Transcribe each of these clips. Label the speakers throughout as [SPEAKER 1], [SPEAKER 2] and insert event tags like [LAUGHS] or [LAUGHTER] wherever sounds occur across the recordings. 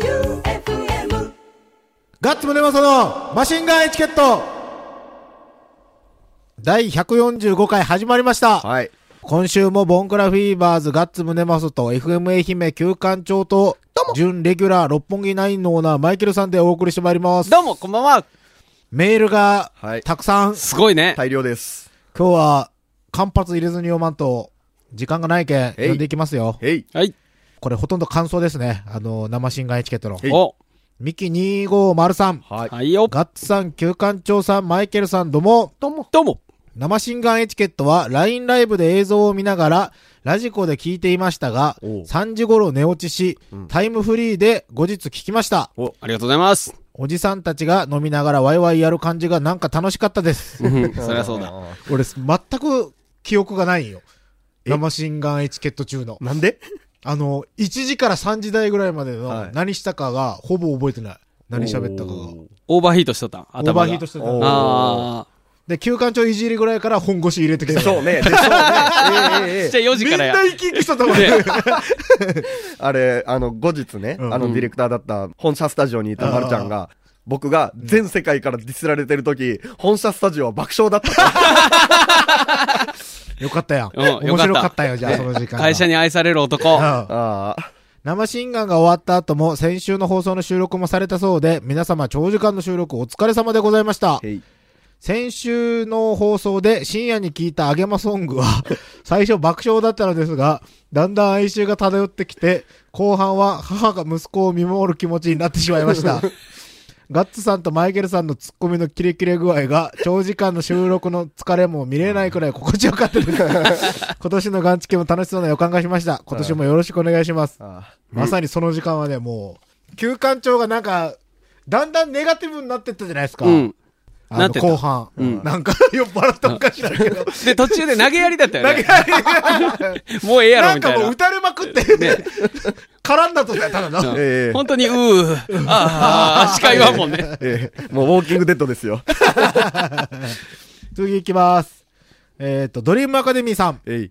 [SPEAKER 1] J-O-E-U-F-M
[SPEAKER 2] ガッツムネマソのマシンガンエチケット第145回始まりました、
[SPEAKER 3] はい。
[SPEAKER 2] 今週もボンクラフィーバーズガッツムネマソと FM 愛媛旧館長と準レギュラー六本木ナインのオーナーマイケルさんでお送りしてまいります。
[SPEAKER 4] どうも、こんばんは。
[SPEAKER 2] メールが
[SPEAKER 3] はい
[SPEAKER 2] たくさん、
[SPEAKER 4] すごいね。
[SPEAKER 3] 大量です。
[SPEAKER 2] 今日は間髪入れずに読まんと時間がないけん
[SPEAKER 3] えい
[SPEAKER 2] 読んでいきますよ。
[SPEAKER 3] えい。
[SPEAKER 4] はい。
[SPEAKER 2] これほとんど感想ですね。あの、生シンガンエチケットの。
[SPEAKER 3] えい
[SPEAKER 4] お、
[SPEAKER 2] ミキ2503。
[SPEAKER 3] は
[SPEAKER 4] はいよ。
[SPEAKER 2] ガッツさん、旧館長さん、マイケルさん、どうも。
[SPEAKER 4] どうも。どうも。
[SPEAKER 2] 生新眼エチケットは LINE ライブで映像を見ながら、ラジコで聞いていましたが、
[SPEAKER 3] おう
[SPEAKER 2] 3時頃寝落ちし、タイムフリーで後日聞きました。
[SPEAKER 4] ありがとうございます。
[SPEAKER 2] おじさんたちが飲みながらワイワイやる感じがなんか楽しかったです。
[SPEAKER 4] うんそりゃそうだ。
[SPEAKER 3] だ。
[SPEAKER 2] 俺、全く記憶がないんよ。生新眼エチケット中の。
[SPEAKER 3] なんで
[SPEAKER 2] あの、1時から3時台ぐらいまで
[SPEAKER 3] は
[SPEAKER 2] の
[SPEAKER 3] い
[SPEAKER 2] 何したかがほぼ覚えてない。何喋ったかが。
[SPEAKER 4] オーバーヒートしとった。
[SPEAKER 2] オー
[SPEAKER 4] 頭が。
[SPEAKER 2] バーヒートしてた。
[SPEAKER 3] おー
[SPEAKER 4] あ
[SPEAKER 2] で、休館長いじりぐらいから本腰入れてきた。
[SPEAKER 3] そう。
[SPEAKER 2] [LAUGHS]
[SPEAKER 3] ね。でしょうね。ええええ
[SPEAKER 4] あ。
[SPEAKER 3] え
[SPEAKER 4] じゃあ4時
[SPEAKER 2] みん
[SPEAKER 4] から
[SPEAKER 2] な
[SPEAKER 4] や。
[SPEAKER 2] 生き生きしたと思う。
[SPEAKER 4] ね
[SPEAKER 3] えあれ、あの、後日ね、
[SPEAKER 2] うん
[SPEAKER 3] あの、ディレクターだった、本社スタジオにいたまるちゃんが、僕が全世界からディスられてる時、本社スタジオは爆笑だったと。
[SPEAKER 2] よかったやん。
[SPEAKER 4] うんよかった
[SPEAKER 2] 面白かったよ、じゃあ、その時間が。
[SPEAKER 4] 会社に愛される男。
[SPEAKER 2] うん
[SPEAKER 3] ああ。
[SPEAKER 2] 生新眼が終わった後も、先週の放送の収録もされたそうで、皆様長時間の収録お疲れ様でございました。
[SPEAKER 3] えい。
[SPEAKER 2] 先週の放送で深夜に聞いたあげまソングは、 [LAUGHS] 最初爆笑だったのですが、だんだん哀愁が漂ってきて、後半は母が息子を見守る気持ちになってしまいま
[SPEAKER 4] [LAUGHS]
[SPEAKER 2] した。ガッツさんとマイケルさんのツッコミのキレキレ具合が、長時間の収録の疲れも見れないくらい心地よか
[SPEAKER 4] [LAUGHS]
[SPEAKER 2] ったです。今年のガンチキも楽しそうな予感がしました。今年もよろしくお願いします。
[SPEAKER 3] あ
[SPEAKER 2] まさにその時間はね、もう、休館長がなんか、だんだんネガティブになってったじゃないですか。
[SPEAKER 4] うん。
[SPEAKER 2] あ
[SPEAKER 4] な
[SPEAKER 2] の
[SPEAKER 4] ってた
[SPEAKER 2] 後半、
[SPEAKER 4] うん
[SPEAKER 2] なんか酔っ払ったのかしらんけど、
[SPEAKER 4] で、途中で投げやりだったよね。もうええやろ、
[SPEAKER 2] な
[SPEAKER 4] み
[SPEAKER 2] ん
[SPEAKER 4] た
[SPEAKER 2] か
[SPEAKER 4] い
[SPEAKER 2] もう
[SPEAKER 4] な
[SPEAKER 2] 打。たれまくって、 [LAUGHS]
[SPEAKER 4] ね
[SPEAKER 2] 絡んだとじゃただの。
[SPEAKER 3] ええ
[SPEAKER 4] 本当に、うー、あーあー、しか言わんもんね。
[SPEAKER 3] ええもうウォーキングデッドですよ。
[SPEAKER 2] 次行きます。えっ、と、ドリームアカデミーさん、
[SPEAKER 3] えい。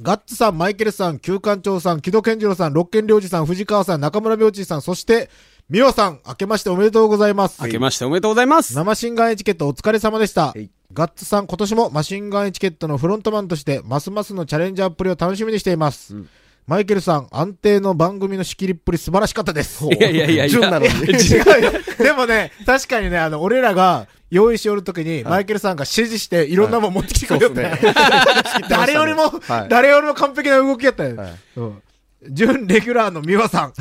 [SPEAKER 2] ガッツさん、マイケルさん、旧館長さん、木戸健次郎さん、六軒良二さん、藤川さん、中村明治さん、そして、美和さん、明けましておめでとうございます。
[SPEAKER 4] 明けましておめでとうございます。
[SPEAKER 2] 生シンガンエチケットお疲れ様でした
[SPEAKER 3] はい。
[SPEAKER 2] ガッツさん今年もマシンガンエチケットのフロントマンとしてますますのチャレンジャーっぷりを楽しみにしています。マイケルさん安定の番組の仕切りっぷり素晴らしかったです。
[SPEAKER 4] いやいやいやい
[SPEAKER 3] 純な
[SPEAKER 4] や。
[SPEAKER 3] のに。
[SPEAKER 2] 違うよ。でもね、確かにね、あの、俺らが用意しおるときに、マイケルさんが指示して、いろんなもん持ってきてく
[SPEAKER 3] そう
[SPEAKER 2] れ
[SPEAKER 3] で
[SPEAKER 2] よ
[SPEAKER 3] す
[SPEAKER 2] って
[SPEAKER 3] ね。
[SPEAKER 2] [LAUGHS] 誰よりも
[SPEAKER 3] は、い
[SPEAKER 2] 誰よりも完璧な動きやったよ
[SPEAKER 3] はい。
[SPEAKER 2] うん準レギュラーの美和さん。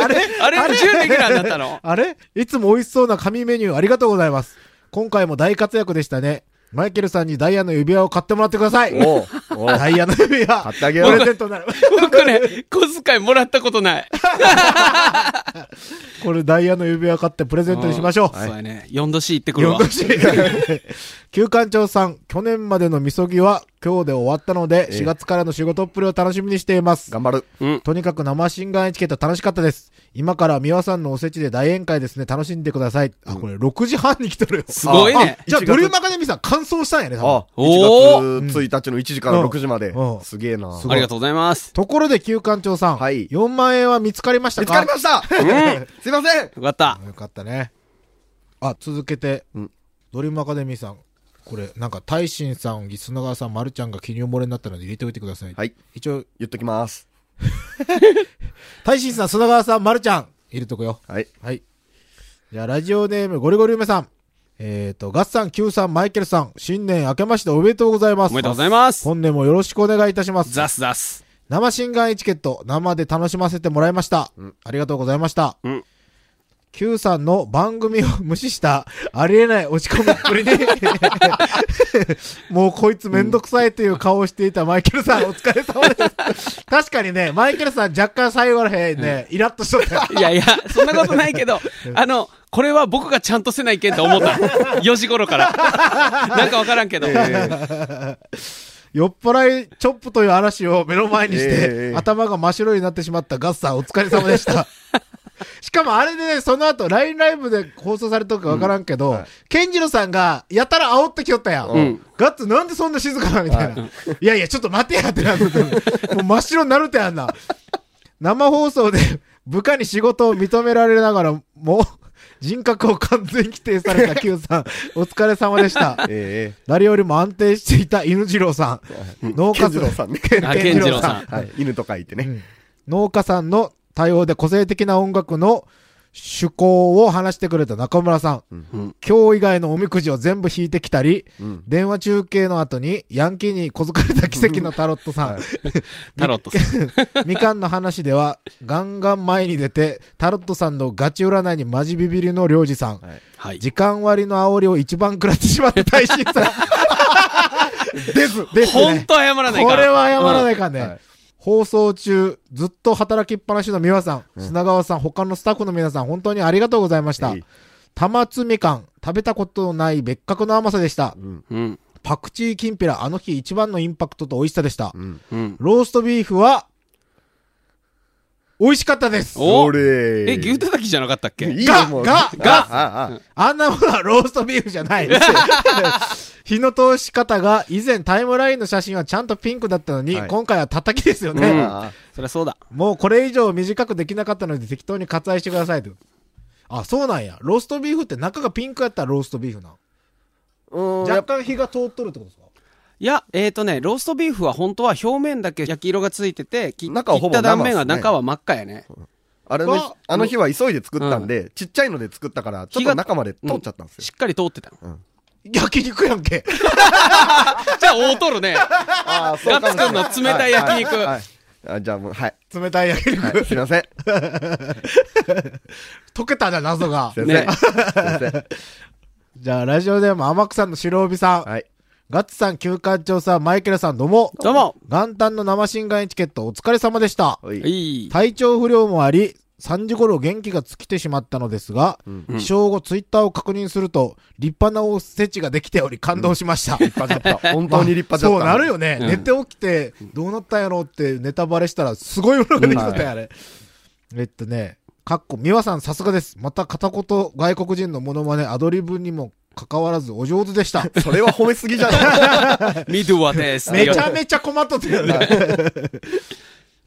[SPEAKER 2] あれあれ
[SPEAKER 4] [LAUGHS] あれ、10レギュラーだったの
[SPEAKER 2] あれいつも美味しそうな紙メニューありがとうございます。今回も大活躍でしたね。マイケルさんにダイヤの指輪を買ってもらってください。
[SPEAKER 3] おうおう
[SPEAKER 2] ダイヤの指輪。
[SPEAKER 3] 買ってあげよう
[SPEAKER 2] プレゼントになる。
[SPEAKER 4] 僕ね、小遣いもらったことない。
[SPEAKER 2] これダイヤの指輪買ってプレゼントにしましょ
[SPEAKER 4] そうやね。4度 C 行って
[SPEAKER 2] う。
[SPEAKER 4] くる
[SPEAKER 2] よ
[SPEAKER 4] わ
[SPEAKER 2] ろ。
[SPEAKER 3] [LAUGHS]
[SPEAKER 2] しい。旧館長さん、去年までのみそぎは今日で終わったので、
[SPEAKER 3] ええ
[SPEAKER 2] 4月からの仕事っぷりを楽しみにしています。
[SPEAKER 3] 頑張る。
[SPEAKER 4] うん。
[SPEAKER 2] とにかく生新眼エチケット楽しかったです。今から美和さんのおせちで大宴会ですね。楽しんでください。あ、これ6時半に来て
[SPEAKER 3] [LAUGHS]
[SPEAKER 2] るよ。
[SPEAKER 4] すごいね
[SPEAKER 2] あ。じゃあ、
[SPEAKER 3] 1月
[SPEAKER 2] ドリューマカデミーさん、完走したんやね、多分
[SPEAKER 3] あ、
[SPEAKER 4] お
[SPEAKER 3] 1月1日の1時から6時まで
[SPEAKER 2] うんうん。
[SPEAKER 3] すげえな。
[SPEAKER 2] すごい
[SPEAKER 4] ありがとうございます。
[SPEAKER 2] ところで、旧館長さん。
[SPEAKER 3] はい
[SPEAKER 2] 4万円は見つかりました
[SPEAKER 3] 見つ
[SPEAKER 2] か
[SPEAKER 3] かりました [LAUGHS] すいません
[SPEAKER 4] よかった。
[SPEAKER 2] よかったね。あ、続けて、
[SPEAKER 3] うん
[SPEAKER 2] ドリームアカデミーさん。これ、なんか、大臣さん、砂川さん、丸ちゃんが記入漏れになったので入れておいてください。
[SPEAKER 3] はい。
[SPEAKER 2] 一応、
[SPEAKER 3] 言っときます。
[SPEAKER 2] 大臣さん、砂川さん、丸ちゃん、入れとくよ。
[SPEAKER 3] はい。
[SPEAKER 2] はい。じゃあ、ラジオネーム、ゴリゴリ梅さん。えっ、と、ガッツさん、キューさん、マイケルさん、新年明けましておめでとうございます。
[SPEAKER 4] おめでとうございます。
[SPEAKER 2] 本年もよろしくお願いいたします。
[SPEAKER 4] ザスザス。
[SPEAKER 2] 生新眼エチケット、生で楽しませてもらいました。ありがとうございました。
[SPEAKER 4] うん
[SPEAKER 2] Q さんの番組を無視した、ありえない落ち込みっぷり
[SPEAKER 4] [LAUGHS]
[SPEAKER 2] で、もうこいつめんどくさいという顔をしていたマイケルさん、お疲れ様です。確かにね、マイケルさん若干最後らへんね、イラッとしとったよ。
[SPEAKER 4] いやいや、そんなことないけど、あの、これは僕がちゃんとせないけんと思った。4時頃から。なんかわからんけど。
[SPEAKER 2] 酔っ払いチョップという嵐を目の前にして、
[SPEAKER 3] ええ
[SPEAKER 2] 頭が真っ白になってしまったガッサン、お疲れ様で
[SPEAKER 3] [LAUGHS]
[SPEAKER 2] した。しかもあれでね、その後、LINE ライブで放送されたかわからんけど、ケンジロさんが、やたら煽ってきよったやん。
[SPEAKER 4] ん
[SPEAKER 2] ガッツなんでそんな静かなみたいな。いやいや、ちょっと待てやってなってて、もう真っ白になるってやんな。生放送で部下に仕事を認められながらも、人格を完全規定された Q さん、お疲れ様でした。
[SPEAKER 3] え
[SPEAKER 2] 誰よりも安定していた犬次郎さん、農
[SPEAKER 3] え。ケ
[SPEAKER 2] 家
[SPEAKER 3] ンジローさんね。
[SPEAKER 2] 健
[SPEAKER 4] あ
[SPEAKER 2] 健
[SPEAKER 4] 健次郎さん
[SPEAKER 3] はい。犬と書いてね。
[SPEAKER 2] 農家さんの対応で個性的な音楽の趣向を話してくれた中村さん。
[SPEAKER 4] うん
[SPEAKER 2] 今日以外のおみくじを全部引いてきたり、
[SPEAKER 3] うん
[SPEAKER 2] 電話中継の後にヤンキーに小づかれた奇跡のタロットさん、
[SPEAKER 4] タロットさ
[SPEAKER 2] [LAUGHS]
[SPEAKER 4] ん。
[SPEAKER 2] みかんの話ではガンガン前に出てタロットさんのガチ占いにマジビビりの領事さん、
[SPEAKER 3] はい
[SPEAKER 4] はい。
[SPEAKER 2] 時間割の煽りを一番食らってしまった大臣さんですです
[SPEAKER 4] ほん
[SPEAKER 2] ね
[SPEAKER 4] と謝らないか。
[SPEAKER 2] これは謝らないいかんね、
[SPEAKER 3] はい
[SPEAKER 2] 放送中ずっと働きっぱなしの美和さん、砂川さん他のスタッフの皆さん本当にありがとうございました
[SPEAKER 3] えい
[SPEAKER 2] 玉津みかん食べたことのない別格の甘さでした、
[SPEAKER 3] うん。
[SPEAKER 4] うん。
[SPEAKER 2] パクチーきんぴら、あの日一番のインパクトと美味しさでした。
[SPEAKER 3] うん。
[SPEAKER 4] うん。
[SPEAKER 2] ローストビーフは、美味しかったです。
[SPEAKER 4] お
[SPEAKER 3] それー
[SPEAKER 4] え、牛叩きじゃなかったっけ
[SPEAKER 3] いいよ、もう。
[SPEAKER 2] がが
[SPEAKER 3] がああ
[SPEAKER 2] あんなものはローストビーフじゃ
[SPEAKER 3] [LAUGHS]
[SPEAKER 2] ない。火の通し方が以前タイムラインの写真はちゃんとピンクだったのに、
[SPEAKER 3] はい
[SPEAKER 2] 今回は叩きですよ
[SPEAKER 4] う
[SPEAKER 2] ね、
[SPEAKER 4] ん
[SPEAKER 3] ああ
[SPEAKER 4] そりゃそうだ。
[SPEAKER 2] もうこれ以上短くできなかったので適当に割愛してくださいと。あ、そうなんや。ローストビーフって中がピンクやったらローストビーフなん。
[SPEAKER 3] うん。
[SPEAKER 2] 若干火が通っとるってことですか
[SPEAKER 4] いや、えっ、ー、とね、ローストビーフは本当は表面だけ焼き色がついてて、き
[SPEAKER 3] 中は
[SPEAKER 4] 切
[SPEAKER 3] ほ
[SPEAKER 4] っ
[SPEAKER 3] ぼ
[SPEAKER 4] た断面
[SPEAKER 3] 生っ
[SPEAKER 4] は
[SPEAKER 3] すね
[SPEAKER 4] 中は真っ赤やね。
[SPEAKER 3] あれ
[SPEAKER 2] が
[SPEAKER 3] の、あの日は急いで作ったんで、ちっちゃいので作ったから、ちょっと中まで通っちゃったんです
[SPEAKER 4] し
[SPEAKER 3] よ。
[SPEAKER 4] っかり通ってた。
[SPEAKER 2] 焼肉やんけ。 [LAUGHS]
[SPEAKER 4] じゃあ、大と
[SPEAKER 3] [LAUGHS]
[SPEAKER 4] るね。
[SPEAKER 3] ああ、
[SPEAKER 4] がつくんの冷たい焼
[SPEAKER 3] はい
[SPEAKER 4] 肉
[SPEAKER 3] はいはいあじゃあもう、はい。
[SPEAKER 2] 冷たい焼肉。
[SPEAKER 4] [LAUGHS]
[SPEAKER 3] はいすいません。
[SPEAKER 2] 溶けたな、謎 [LAUGHS] が。
[SPEAKER 3] 先
[SPEAKER 4] ね
[SPEAKER 3] 生。先
[SPEAKER 2] じゃあ、ラジオでも天草の白帯さん、
[SPEAKER 3] 生。はい。
[SPEAKER 2] ガッツさん、休館長さん、マイケルさん、どうも。
[SPEAKER 4] どうも。
[SPEAKER 2] 元旦の生新眼チケット、お疲れ様でした。
[SPEAKER 3] はい
[SPEAKER 4] いい。
[SPEAKER 2] 体調不良もあり、3時頃元気が尽きてしまったのですが、
[SPEAKER 4] うん
[SPEAKER 2] 起床後ツイッターを確認すると、立派なおせちができており感動しました。
[SPEAKER 3] 立派だった。本当に立派だった。
[SPEAKER 2] そうなるよね、
[SPEAKER 4] うん
[SPEAKER 2] 寝て起きて、どうなったんやろうってネタバレしたら、すごいものができたんだよ、あれ。えっとね、かっこ、美和さんさすがです。また片言外国人のモノマネ、アドリブにもかかわらずお上手でした。
[SPEAKER 3] それは褒めすぎじゃない
[SPEAKER 4] [LAUGHS] ミドゥアです。
[SPEAKER 2] めちゃめちゃ困っとったよね。 [LAUGHS]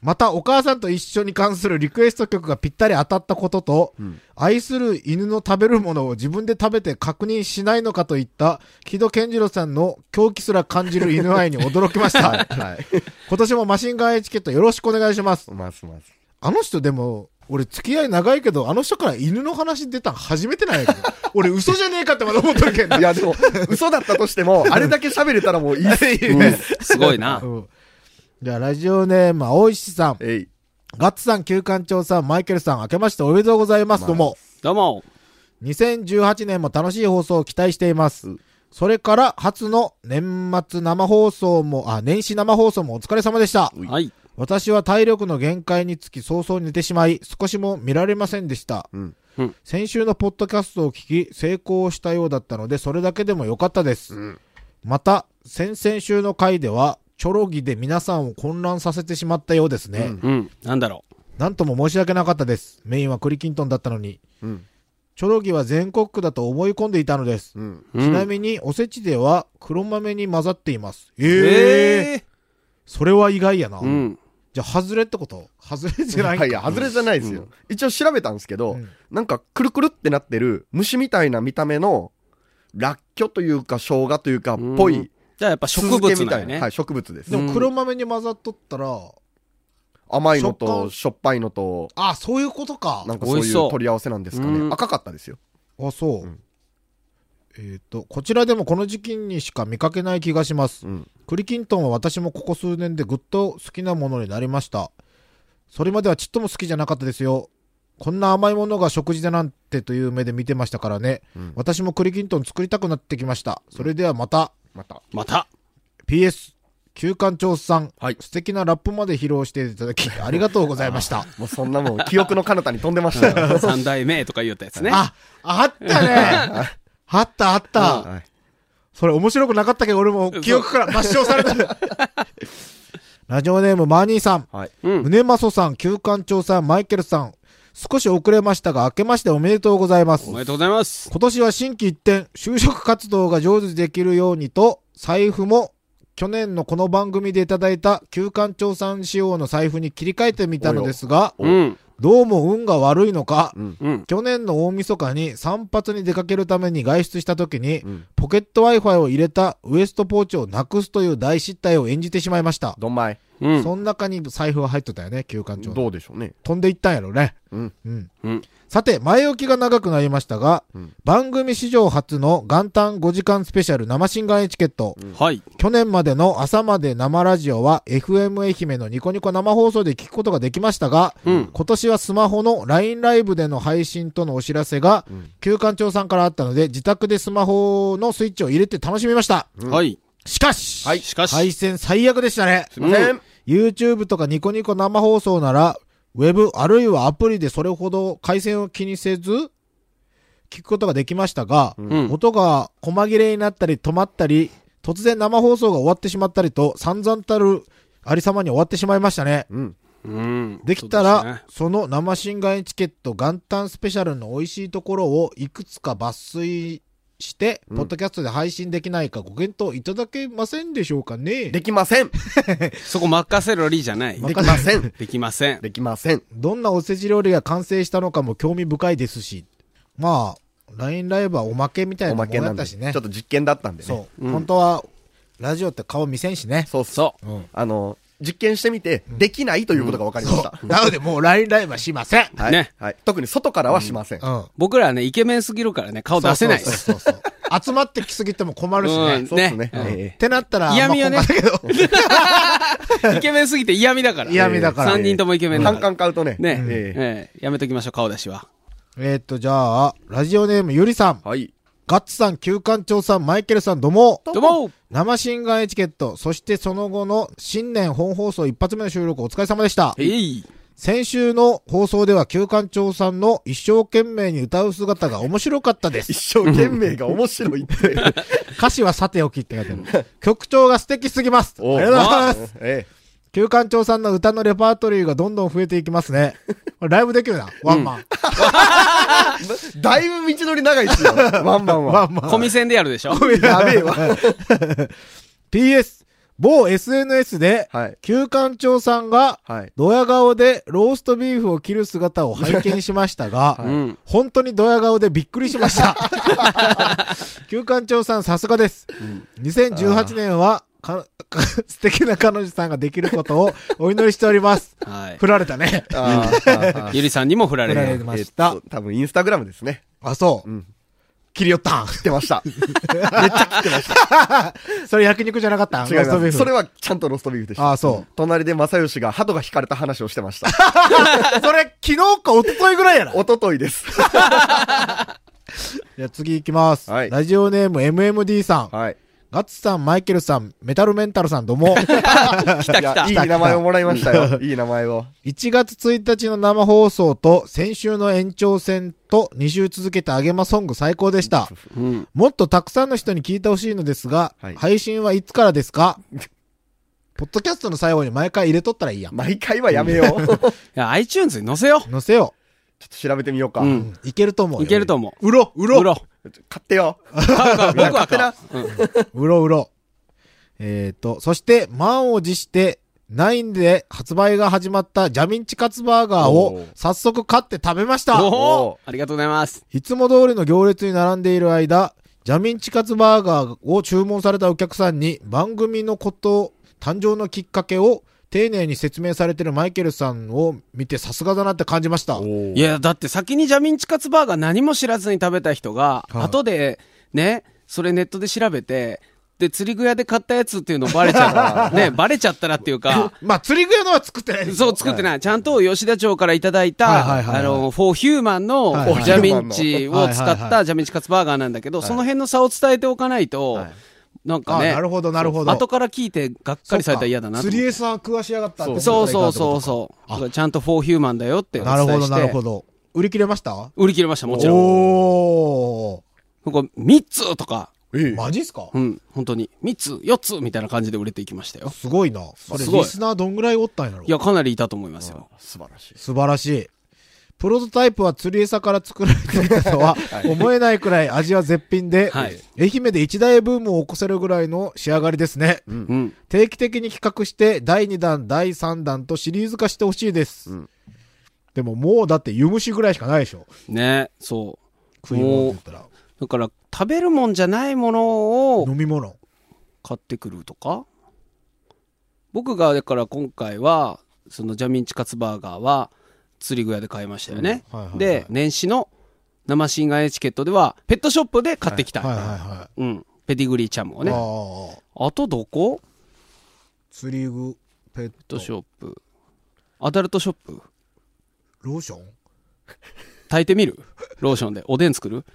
[SPEAKER 2] また、お母さんと一緒に関するリクエスト曲がぴったり当たったことと、
[SPEAKER 3] ん
[SPEAKER 2] 愛する犬の食べるものを自分で食べて確認しないのかといった、木戸健次郎さんの狂気すら感じる犬愛に驚きました。
[SPEAKER 3] はい。
[SPEAKER 2] [LAUGHS] 今年もマシンガンエチケットよろしくお願いします。
[SPEAKER 3] ますます。
[SPEAKER 2] あの人でも、俺付き合い長いけど、あの人から犬の話出たん初めてなんやけど。俺嘘じゃねえかってまだ思っとるけんな。
[SPEAKER 3] いや、でも、嘘だったとしても、あれだけ喋れたらもういいっ
[SPEAKER 4] [LAUGHS]
[SPEAKER 3] す。
[SPEAKER 4] すごいな
[SPEAKER 2] う。んじゃあ、ラジオネーム、青石さん。
[SPEAKER 3] えい。
[SPEAKER 2] ガッツさん、旧館長さん、マイケルさん、明けましておめでとうございます。どうも。
[SPEAKER 4] どうも。
[SPEAKER 2] 2018年も楽しい放送を期待しています
[SPEAKER 3] うん。
[SPEAKER 2] それから、初の年末生放送も、あ、年始生放送もお疲れ様でした。
[SPEAKER 4] はい。
[SPEAKER 2] 私は体力の限界につき早々寝てしまい、少しも見られませんでした。
[SPEAKER 3] うん。
[SPEAKER 2] 先週のポッドキャストを聞き、成功したようだったので、それだけでも良かったです。
[SPEAKER 3] うん
[SPEAKER 2] また、先々週の回では、チョロギで皆さんを混乱させてしまったようですね。
[SPEAKER 3] うん
[SPEAKER 4] うん。なんだろ
[SPEAKER 2] なんとも申し訳なかったです。メインはクリキントンだったのに。
[SPEAKER 3] うん。
[SPEAKER 2] チョロギは全国区だと思い込んでいたのです。
[SPEAKER 3] うん。
[SPEAKER 4] う。うん
[SPEAKER 2] ちなみに、おせちでは黒豆に混ざっています。ええ
[SPEAKER 4] え
[SPEAKER 2] それは意外やな。
[SPEAKER 4] ーうん。
[SPEAKER 2] じゃあ、外れってこと外れじゃない
[SPEAKER 3] はいいや、外れじゃないですよ。一応調べたんですけど、
[SPEAKER 2] うん
[SPEAKER 3] なんか、くるくるってなってる、虫みたいな見た目の、らっきょというか、生姜というか、っぽ
[SPEAKER 4] うん
[SPEAKER 3] い、
[SPEAKER 4] じゃあやっぱ
[SPEAKER 3] 酢
[SPEAKER 4] 植
[SPEAKER 3] 漬け
[SPEAKER 4] 物
[SPEAKER 3] み
[SPEAKER 4] だ
[SPEAKER 3] た
[SPEAKER 4] よ
[SPEAKER 3] い
[SPEAKER 4] ね。
[SPEAKER 3] な。はい、植物です
[SPEAKER 2] で。も黒豆に混ざっとったら、
[SPEAKER 3] 甘いの
[SPEAKER 2] 食感
[SPEAKER 3] と、しょっぱいのと、
[SPEAKER 2] あ、そういうことか。
[SPEAKER 3] なんかそう
[SPEAKER 4] 美味
[SPEAKER 3] いう
[SPEAKER 4] しそう
[SPEAKER 3] 取り合わせなんですか
[SPEAKER 4] う
[SPEAKER 3] ね。
[SPEAKER 4] ん
[SPEAKER 3] 赤かったですよ。
[SPEAKER 2] あ、そう。
[SPEAKER 3] うん
[SPEAKER 2] えっ、と、こちらでもこの時期にしか見かけない気がします。
[SPEAKER 3] うん。
[SPEAKER 2] 栗きんとんは私もここ数年でぐっと好きなものになりました。それまではちっとも好きじゃなかったですよ。こんな甘いものが食事だなんてという目で見てましたからね。
[SPEAKER 3] うん
[SPEAKER 2] 私も栗きんとん作りたくなってきました。それではまた、
[SPEAKER 3] また。
[SPEAKER 4] また。
[SPEAKER 2] PS、休館長さん、
[SPEAKER 3] はい
[SPEAKER 2] 素敵なラップまで披露していただ
[SPEAKER 3] [LAUGHS]
[SPEAKER 2] き、ありがとうございました。
[SPEAKER 3] もうそん [LAUGHS] なもん、記憶の彼方に飛んでましたよ。 [LAUGHS]
[SPEAKER 4] 三代目とか言ったやつね。
[SPEAKER 2] あ、あったねあったあった、
[SPEAKER 3] はい
[SPEAKER 2] それ面白くなかったけど、俺も記憶から抹消され
[SPEAKER 3] [LAUGHS]
[SPEAKER 2] た。ラジオネーム、マーニーさん。
[SPEAKER 3] はい。
[SPEAKER 4] うん。
[SPEAKER 2] 宗正さん、旧館長さん、マイケルさん。少し遅れましたが、明けましておめでとうございます
[SPEAKER 4] お。めでとうございます。
[SPEAKER 2] 今年は新規一転、就職活動が上手にできるようにと、財布も去年のこの番組でいただいた旧館長さん仕様の財布に切り替えてみたのですが、
[SPEAKER 4] うん。
[SPEAKER 2] どうも運が悪いのか、
[SPEAKER 3] うん
[SPEAKER 4] うん。
[SPEAKER 2] 去年の大晦日に散髪に出かけるために外出した時に、
[SPEAKER 3] うん
[SPEAKER 2] ポケット Wi-Fi を入れたウエストポーチをなくすという大失態を演じてしまいました。
[SPEAKER 3] どんまい。
[SPEAKER 4] うん。
[SPEAKER 2] その中に財布は入ってたよね、旧館長の。
[SPEAKER 3] どうでしょうね。
[SPEAKER 2] 飛んでいったんやろね。
[SPEAKER 3] うん。
[SPEAKER 2] うん。
[SPEAKER 4] うん。
[SPEAKER 2] さて、前置きが長くなりましたが、
[SPEAKER 3] うん
[SPEAKER 2] 番組史上初の元旦5時間スペシャル生新眼エチケット、
[SPEAKER 4] はい。
[SPEAKER 2] 去年までの朝まで生ラジオは FM 愛媛のニコニコ生放送で聞くことができましたが、
[SPEAKER 4] うん。
[SPEAKER 2] 今年はスマホの LINE ライブでの配信とのお知らせが、旧館長さんからあったので、自宅でスマホのスイッチを入れて楽しみました。
[SPEAKER 4] はい。
[SPEAKER 2] しかし、
[SPEAKER 4] はいしかし
[SPEAKER 2] 配線最悪でしたね。
[SPEAKER 3] すいません。
[SPEAKER 2] YouTube とかニコニコ生放送なら、ウェブあるいはアプリでそれほど回線を気にせず、聞くことができましたが、
[SPEAKER 4] うん。
[SPEAKER 2] 音が細切れになったり止まったり、突然生放送が終わってしまったりと、散々たるありさまに終わってしまいましたね。
[SPEAKER 3] うん。
[SPEAKER 4] うん。
[SPEAKER 2] できた
[SPEAKER 4] そうですね
[SPEAKER 2] ら、その生新眼チケット元旦スペシャルの美味しいところをいくつか抜粋して、
[SPEAKER 3] うん
[SPEAKER 2] ポッドキャストで配信できないかご検討いただけませんでしょうかね。
[SPEAKER 3] できません。
[SPEAKER 4] そこ任せろりじゃない。
[SPEAKER 3] できません。
[SPEAKER 4] できません。
[SPEAKER 3] できま [LAUGHS] せん。
[SPEAKER 2] どんなおせち料理が完成したのかも興味深いですし、まあ、LINE ライブはおまけみたい
[SPEAKER 3] お
[SPEAKER 2] なも
[SPEAKER 3] ま
[SPEAKER 2] ん
[SPEAKER 3] け
[SPEAKER 2] だ
[SPEAKER 3] な
[SPEAKER 2] っ
[SPEAKER 3] ん
[SPEAKER 2] た
[SPEAKER 3] で。
[SPEAKER 2] し
[SPEAKER 3] ちょ
[SPEAKER 2] ね。
[SPEAKER 3] っと実験だったんでね。
[SPEAKER 2] そう、
[SPEAKER 4] うん
[SPEAKER 2] 本当は、ラジオって顔見せんしね。
[SPEAKER 3] そうそう。
[SPEAKER 4] そう。
[SPEAKER 2] うん。
[SPEAKER 3] あの、実験してみて、できないということが分かりました。
[SPEAKER 2] [LAUGHS] なのでもう LINE ライブはしません。う
[SPEAKER 3] はい、
[SPEAKER 4] ね
[SPEAKER 3] はい。特に外からはしません。
[SPEAKER 2] ん。
[SPEAKER 4] 僕らはね、イケメンすぎるからね、顔出せないで
[SPEAKER 2] そう
[SPEAKER 4] す。
[SPEAKER 2] そうそうそう集まってきすぎても困るしね。
[SPEAKER 3] そうっすね
[SPEAKER 4] うん
[SPEAKER 3] はい
[SPEAKER 2] ってなったら、
[SPEAKER 4] 嫌味はね
[SPEAKER 2] あんま本番だ
[SPEAKER 3] [LAUGHS]
[SPEAKER 2] けど
[SPEAKER 4] [LAUGHS] イケメンすぎて嫌味だから。
[SPEAKER 2] 嫌味だから。
[SPEAKER 4] 3人ともイケメンだ
[SPEAKER 3] カン
[SPEAKER 4] か
[SPEAKER 3] カ
[SPEAKER 4] ら。
[SPEAKER 3] ン買うとね。
[SPEAKER 4] ね
[SPEAKER 3] ええ
[SPEAKER 4] ええ、やめときましょう、顔出しは。
[SPEAKER 2] えーっと、じゃあ、ラジオネームゆりさん、
[SPEAKER 3] はい。
[SPEAKER 2] ガッツさん、旧館長さん、マイケルさん、どうも。
[SPEAKER 4] どうも
[SPEAKER 2] 生新眼エチケット、そしてその後の新年本放送一発目の収録お疲れ様でした。
[SPEAKER 4] えい。
[SPEAKER 2] 先週の放送では旧館長さんの一生懸命に歌う姿が面白かったです。
[SPEAKER 3] 一生懸命が面白いって。
[SPEAKER 2] 歌詞はさておきって書いてある。 [LAUGHS] 曲調が素敵すぎます。あり
[SPEAKER 3] お
[SPEAKER 2] が
[SPEAKER 3] う
[SPEAKER 2] とうございます。
[SPEAKER 3] え
[SPEAKER 2] 旧館長さんの歌のレパートリーがどんどん増えていきますね。これライブできるな。ワンマン。
[SPEAKER 3] えだいぶ道のり長いっすよ。ワンバン
[SPEAKER 2] ワ
[SPEAKER 3] は。
[SPEAKER 2] ンマン。
[SPEAKER 4] コミセンでやるでしょ。
[SPEAKER 3] [LAUGHS] やべえわ。
[SPEAKER 2] PS、某 SNS で、
[SPEAKER 3] はい。
[SPEAKER 2] 旧館長さんが、
[SPEAKER 3] はい。
[SPEAKER 2] ドヤ顔でローストビーフを切る姿を拝見しました
[SPEAKER 3] [LAUGHS]
[SPEAKER 2] が、
[SPEAKER 4] うん。
[SPEAKER 2] 本当にドヤ顔でびっくりしました。旧館長さんさすがです。2018年は、か [LAUGHS] 素敵な彼女さんができることをお祈りしております。
[SPEAKER 4] はい
[SPEAKER 2] 振。られたね。
[SPEAKER 3] あーあーあー
[SPEAKER 4] ゆりさんにも振られ
[SPEAKER 2] 振られ
[SPEAKER 4] る
[SPEAKER 2] る。
[SPEAKER 3] えっ
[SPEAKER 2] した
[SPEAKER 3] と多分インスタグラムですね。
[SPEAKER 2] あ、そう。
[SPEAKER 3] うん
[SPEAKER 2] 切り寄ったん。
[SPEAKER 3] 切って
[SPEAKER 2] [LAUGHS]
[SPEAKER 3] ました。 [LAUGHS]
[SPEAKER 2] それ焼肉じゃなかったん
[SPEAKER 3] 違い
[SPEAKER 2] ローストビ
[SPEAKER 3] ま
[SPEAKER 2] ーフ。
[SPEAKER 3] す。それはちゃんとローストビーフでした。
[SPEAKER 2] あそう。
[SPEAKER 3] 隣で正義が鳩が引かれた話をしてました。
[SPEAKER 2] [LAUGHS] それ昨日か一昨日ぐらいやな。
[SPEAKER 3] 一昨日です。
[SPEAKER 2] じゃあ次行きます。
[SPEAKER 3] はい
[SPEAKER 2] ラジオネーム MMD さん。
[SPEAKER 3] はい。
[SPEAKER 2] ガッツさん、マイケルさん、メタルメンタルさん、どうも。 [LAUGHS]
[SPEAKER 4] 来た来た
[SPEAKER 3] い。やいい名前をもらいましたよ。いい名前を。
[SPEAKER 2] 1月1日の生放送と先週の延長戦と2週続けたあげまソング最高でした。
[SPEAKER 4] うん。
[SPEAKER 2] もっとたくさんの人に聞いてほしいのですが、
[SPEAKER 3] はい
[SPEAKER 2] 配信はいつからですかポッドキャストの最後に毎回入れとったらいいやん。
[SPEAKER 3] 毎回はやめよう。ちょっと
[SPEAKER 4] いや、iTunes に載せよ
[SPEAKER 2] 載せよ
[SPEAKER 3] 調べてみようか。
[SPEAKER 4] う。
[SPEAKER 2] う。うんんいけると思うよ。
[SPEAKER 4] いけると思う。
[SPEAKER 2] うろ、うろ、
[SPEAKER 4] うろ。
[SPEAKER 3] 買ってよ。
[SPEAKER 4] 買う買う僕は買う。
[SPEAKER 2] うろうろ。えっ、ー、と、そして、満を持して、9で発売が始まったジャミンチカツバーガー
[SPEAKER 3] お
[SPEAKER 2] を
[SPEAKER 3] ー
[SPEAKER 2] 早速買って食べました。
[SPEAKER 4] お
[SPEAKER 3] お
[SPEAKER 4] おありがとうございます。
[SPEAKER 2] いつも通りの行列に並んでいる間、ジャミンチカツバーガーを注文されたお客さんに番組のこと、誕生のきっかけを丁寧に説明されてるマイケルさんを見てさすがだなって感じました。
[SPEAKER 3] お [LAUGHS]
[SPEAKER 4] いや、だって先にジャミンチカツバーガー何も知らずに食べた人が、
[SPEAKER 2] はい
[SPEAKER 4] 後で、ね、それネットで調べて、で、釣り具屋で買ったやつっていうのバレち
[SPEAKER 2] [LAUGHS]
[SPEAKER 4] ゃったら、ね、バレちゃったらっていうか、
[SPEAKER 2] [LAUGHS] まあ、釣り具屋のは作ってないです
[SPEAKER 4] そう作ってない。ちゃんと吉田町からいただいた、
[SPEAKER 2] はいはいはいはい
[SPEAKER 4] あの、フォーヒューマンの
[SPEAKER 2] はいはい
[SPEAKER 4] ジャミンチを使
[SPEAKER 2] はい
[SPEAKER 4] っ
[SPEAKER 2] はいは
[SPEAKER 4] たジャミンチカツバーガーなんだけど、その辺の差を伝えておかないと、
[SPEAKER 3] はい
[SPEAKER 4] なんか
[SPEAKER 2] あ、
[SPEAKER 4] ね、
[SPEAKER 2] なるほど、なるほど。
[SPEAKER 4] 後から聞いてがっかりされたら嫌だなと思って
[SPEAKER 2] 釣り餌は食わしやがったってこと
[SPEAKER 4] そう
[SPEAKER 2] がい
[SPEAKER 4] そ
[SPEAKER 2] かん
[SPEAKER 4] う
[SPEAKER 2] ってことか
[SPEAKER 4] そうそう。だからちゃんとフォーヒューマンだよってお伝
[SPEAKER 2] な
[SPEAKER 4] え
[SPEAKER 2] る
[SPEAKER 4] して。
[SPEAKER 2] ほど、なるほど。売り切れました
[SPEAKER 4] 売り切れました、もちろん。
[SPEAKER 2] お
[SPEAKER 4] ここ3つとか、
[SPEAKER 2] ー。マジっすか
[SPEAKER 4] うん、本当に。3つ、4つみたいな感じで売れていきましたよ。
[SPEAKER 2] すごいな。それ、
[SPEAKER 4] すごい
[SPEAKER 2] リスナーどんぐらいおったんやろ
[SPEAKER 4] いや、かなりいたと思いますよ。
[SPEAKER 3] 素晴らしい。
[SPEAKER 2] 素晴らしい。プロトタイプは釣り餌から作られていたと
[SPEAKER 4] [LAUGHS]
[SPEAKER 2] は思えないくらい味は絶品で、
[SPEAKER 4] はい
[SPEAKER 2] 愛媛で一大ブームを起こせるぐらいの仕上がりですね。
[SPEAKER 4] うん。
[SPEAKER 2] 定期的に企画して第2弾、第3弾とシリーズ化してほしいです。
[SPEAKER 3] うん
[SPEAKER 2] でももうだって湯むしぐらいしかないでしょ。
[SPEAKER 4] ね、そ
[SPEAKER 2] 食い物って言った
[SPEAKER 4] う。だから、食べるもんじゃないもの
[SPEAKER 2] ら。
[SPEAKER 4] を
[SPEAKER 2] 飲み物。
[SPEAKER 4] 買ってくるとか僕が、だから今回は、そのジャミンチカツバーガーは、釣り具屋で買いましたよね。
[SPEAKER 2] うんはいはいはい
[SPEAKER 4] で、年始の生新眼エチケットでは、ペットショップで買ってきた。
[SPEAKER 2] はいはいは
[SPEAKER 4] うん。ペディグリーチャムを
[SPEAKER 2] い。
[SPEAKER 4] ね。あ
[SPEAKER 2] ああ。
[SPEAKER 4] とどこ
[SPEAKER 2] 釣り具、ペッ
[SPEAKER 4] ペットシ
[SPEAKER 2] ト、
[SPEAKER 4] ョップ。アダルトショップ。
[SPEAKER 2] ローション
[SPEAKER 4] 炊いてみるローションで。おでん作る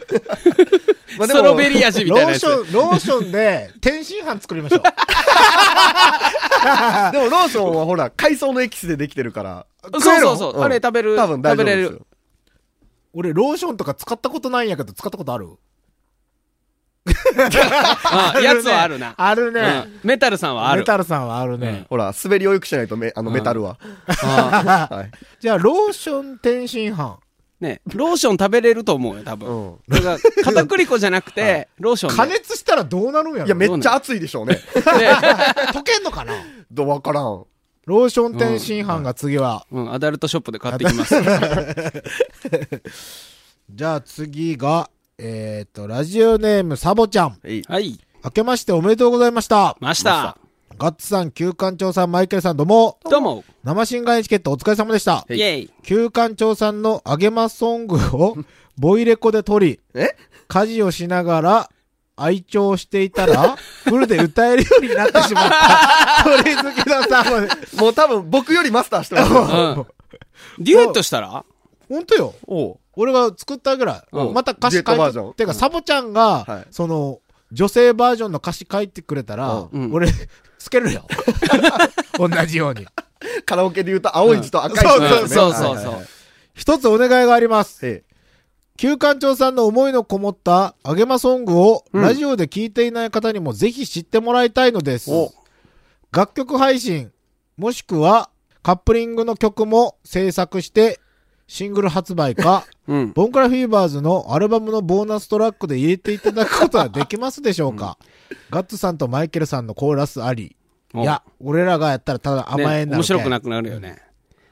[SPEAKER 3] まあ
[SPEAKER 4] ス
[SPEAKER 3] で
[SPEAKER 4] ト
[SPEAKER 3] も
[SPEAKER 4] ロベリー味み
[SPEAKER 2] ロ
[SPEAKER 4] たいな
[SPEAKER 2] ー
[SPEAKER 4] やつ。
[SPEAKER 2] ション、ローションで [LAUGHS] 天津飯作りましょう。
[SPEAKER 3] [LAUGHS] でもローションはほら、海藻のエキスでできてるから。
[SPEAKER 4] そうそうそ
[SPEAKER 3] 食え
[SPEAKER 4] う。
[SPEAKER 3] るのん
[SPEAKER 4] あれ食べる。
[SPEAKER 3] 多分大丈夫です
[SPEAKER 4] 食べれる
[SPEAKER 3] よ。
[SPEAKER 2] 俺、ローションとか使ったことないんやけど、使ったことある
[SPEAKER 4] あやつはあるな。
[SPEAKER 2] あるね。
[SPEAKER 4] うんメタルさんはあ
[SPEAKER 2] メ
[SPEAKER 4] る。
[SPEAKER 2] タルさんはあるね。
[SPEAKER 3] ほら、滑りを良くしないとメ、あの、
[SPEAKER 4] うん
[SPEAKER 3] メタルは。
[SPEAKER 4] あ
[SPEAKER 3] はい。
[SPEAKER 2] [LAUGHS] じゃあ、ローション天津飯。
[SPEAKER 4] ね、ローション食べれると思うよ、多
[SPEAKER 3] う
[SPEAKER 4] 分。
[SPEAKER 3] ん。
[SPEAKER 4] だから、片栗粉じゃなく
[SPEAKER 2] [LAUGHS]
[SPEAKER 4] て、ローショ
[SPEAKER 2] 加
[SPEAKER 4] ンで。
[SPEAKER 2] 熱したらどうなるんやろ
[SPEAKER 3] いや、めっちゃ熱いでしょう
[SPEAKER 4] [LAUGHS]
[SPEAKER 3] ね。
[SPEAKER 4] で
[SPEAKER 2] [LAUGHS] 溶けんのかな
[SPEAKER 3] どうわからん。
[SPEAKER 2] ローション天津飯が次は。
[SPEAKER 4] うん、アダルトショップで買ってきます。
[SPEAKER 2] じゃあ次が、えっ、と、ラジオネームサボちゃん。
[SPEAKER 3] はい。
[SPEAKER 4] はい。
[SPEAKER 2] 明けましておめでとうございました。
[SPEAKER 4] ました。
[SPEAKER 2] ガッツさん、旧館長さん、マイケルさん、どうも。
[SPEAKER 4] どうも。
[SPEAKER 2] 生新外チケットお疲れ様でした
[SPEAKER 4] イ。ェイ。
[SPEAKER 2] 旧館長さんのあげまソングをボイレコで撮り、
[SPEAKER 3] え
[SPEAKER 2] 家事をしながら愛聴していた
[SPEAKER 3] [LAUGHS]
[SPEAKER 2] ら、フルで歌えるようになってしまった。鳥好きのサボで。
[SPEAKER 3] もう多分僕よりマスターしてます
[SPEAKER 4] う
[SPEAKER 3] よ。
[SPEAKER 4] ん。デュエットしたら
[SPEAKER 2] ほんとよ。
[SPEAKER 3] おう
[SPEAKER 2] 俺が作ったぐらい。
[SPEAKER 4] うん
[SPEAKER 2] また歌詞書い
[SPEAKER 3] デュエットバージ
[SPEAKER 2] て、
[SPEAKER 3] ョン
[SPEAKER 2] てかサボちゃんが、
[SPEAKER 3] はい
[SPEAKER 2] その、女性バージョンの歌詞書いてくれたら、
[SPEAKER 4] うん
[SPEAKER 2] 俺、つける
[SPEAKER 3] [LAUGHS]
[SPEAKER 2] よ。同じように。
[SPEAKER 3] カラオケで言うと青い字と赤い字
[SPEAKER 2] そう
[SPEAKER 3] で
[SPEAKER 2] ん
[SPEAKER 3] すね
[SPEAKER 4] うんそうそう
[SPEAKER 3] はいは
[SPEAKER 4] そ
[SPEAKER 3] いは
[SPEAKER 4] う
[SPEAKER 3] い。
[SPEAKER 2] 一つお願いがあります。
[SPEAKER 3] え
[SPEAKER 2] 旧館長さんの思いのこもったあげまソングをラジオで聞いていない方にもぜひ知ってもらいたいのです。
[SPEAKER 4] お
[SPEAKER 2] 楽曲配信、もしくはカップリングの曲も制作してシングル発売か、
[SPEAKER 4] うん。
[SPEAKER 2] ボンクラフィーバーズのアルバムのボーナストラックで入れていただくことはできますでしょうか、ガッツさんとマイケルさんのコーラスあり。い
[SPEAKER 4] お
[SPEAKER 2] や、俺らがやったらただ甘えになる
[SPEAKER 4] ね
[SPEAKER 2] けん、
[SPEAKER 4] 面白くなくなるよね。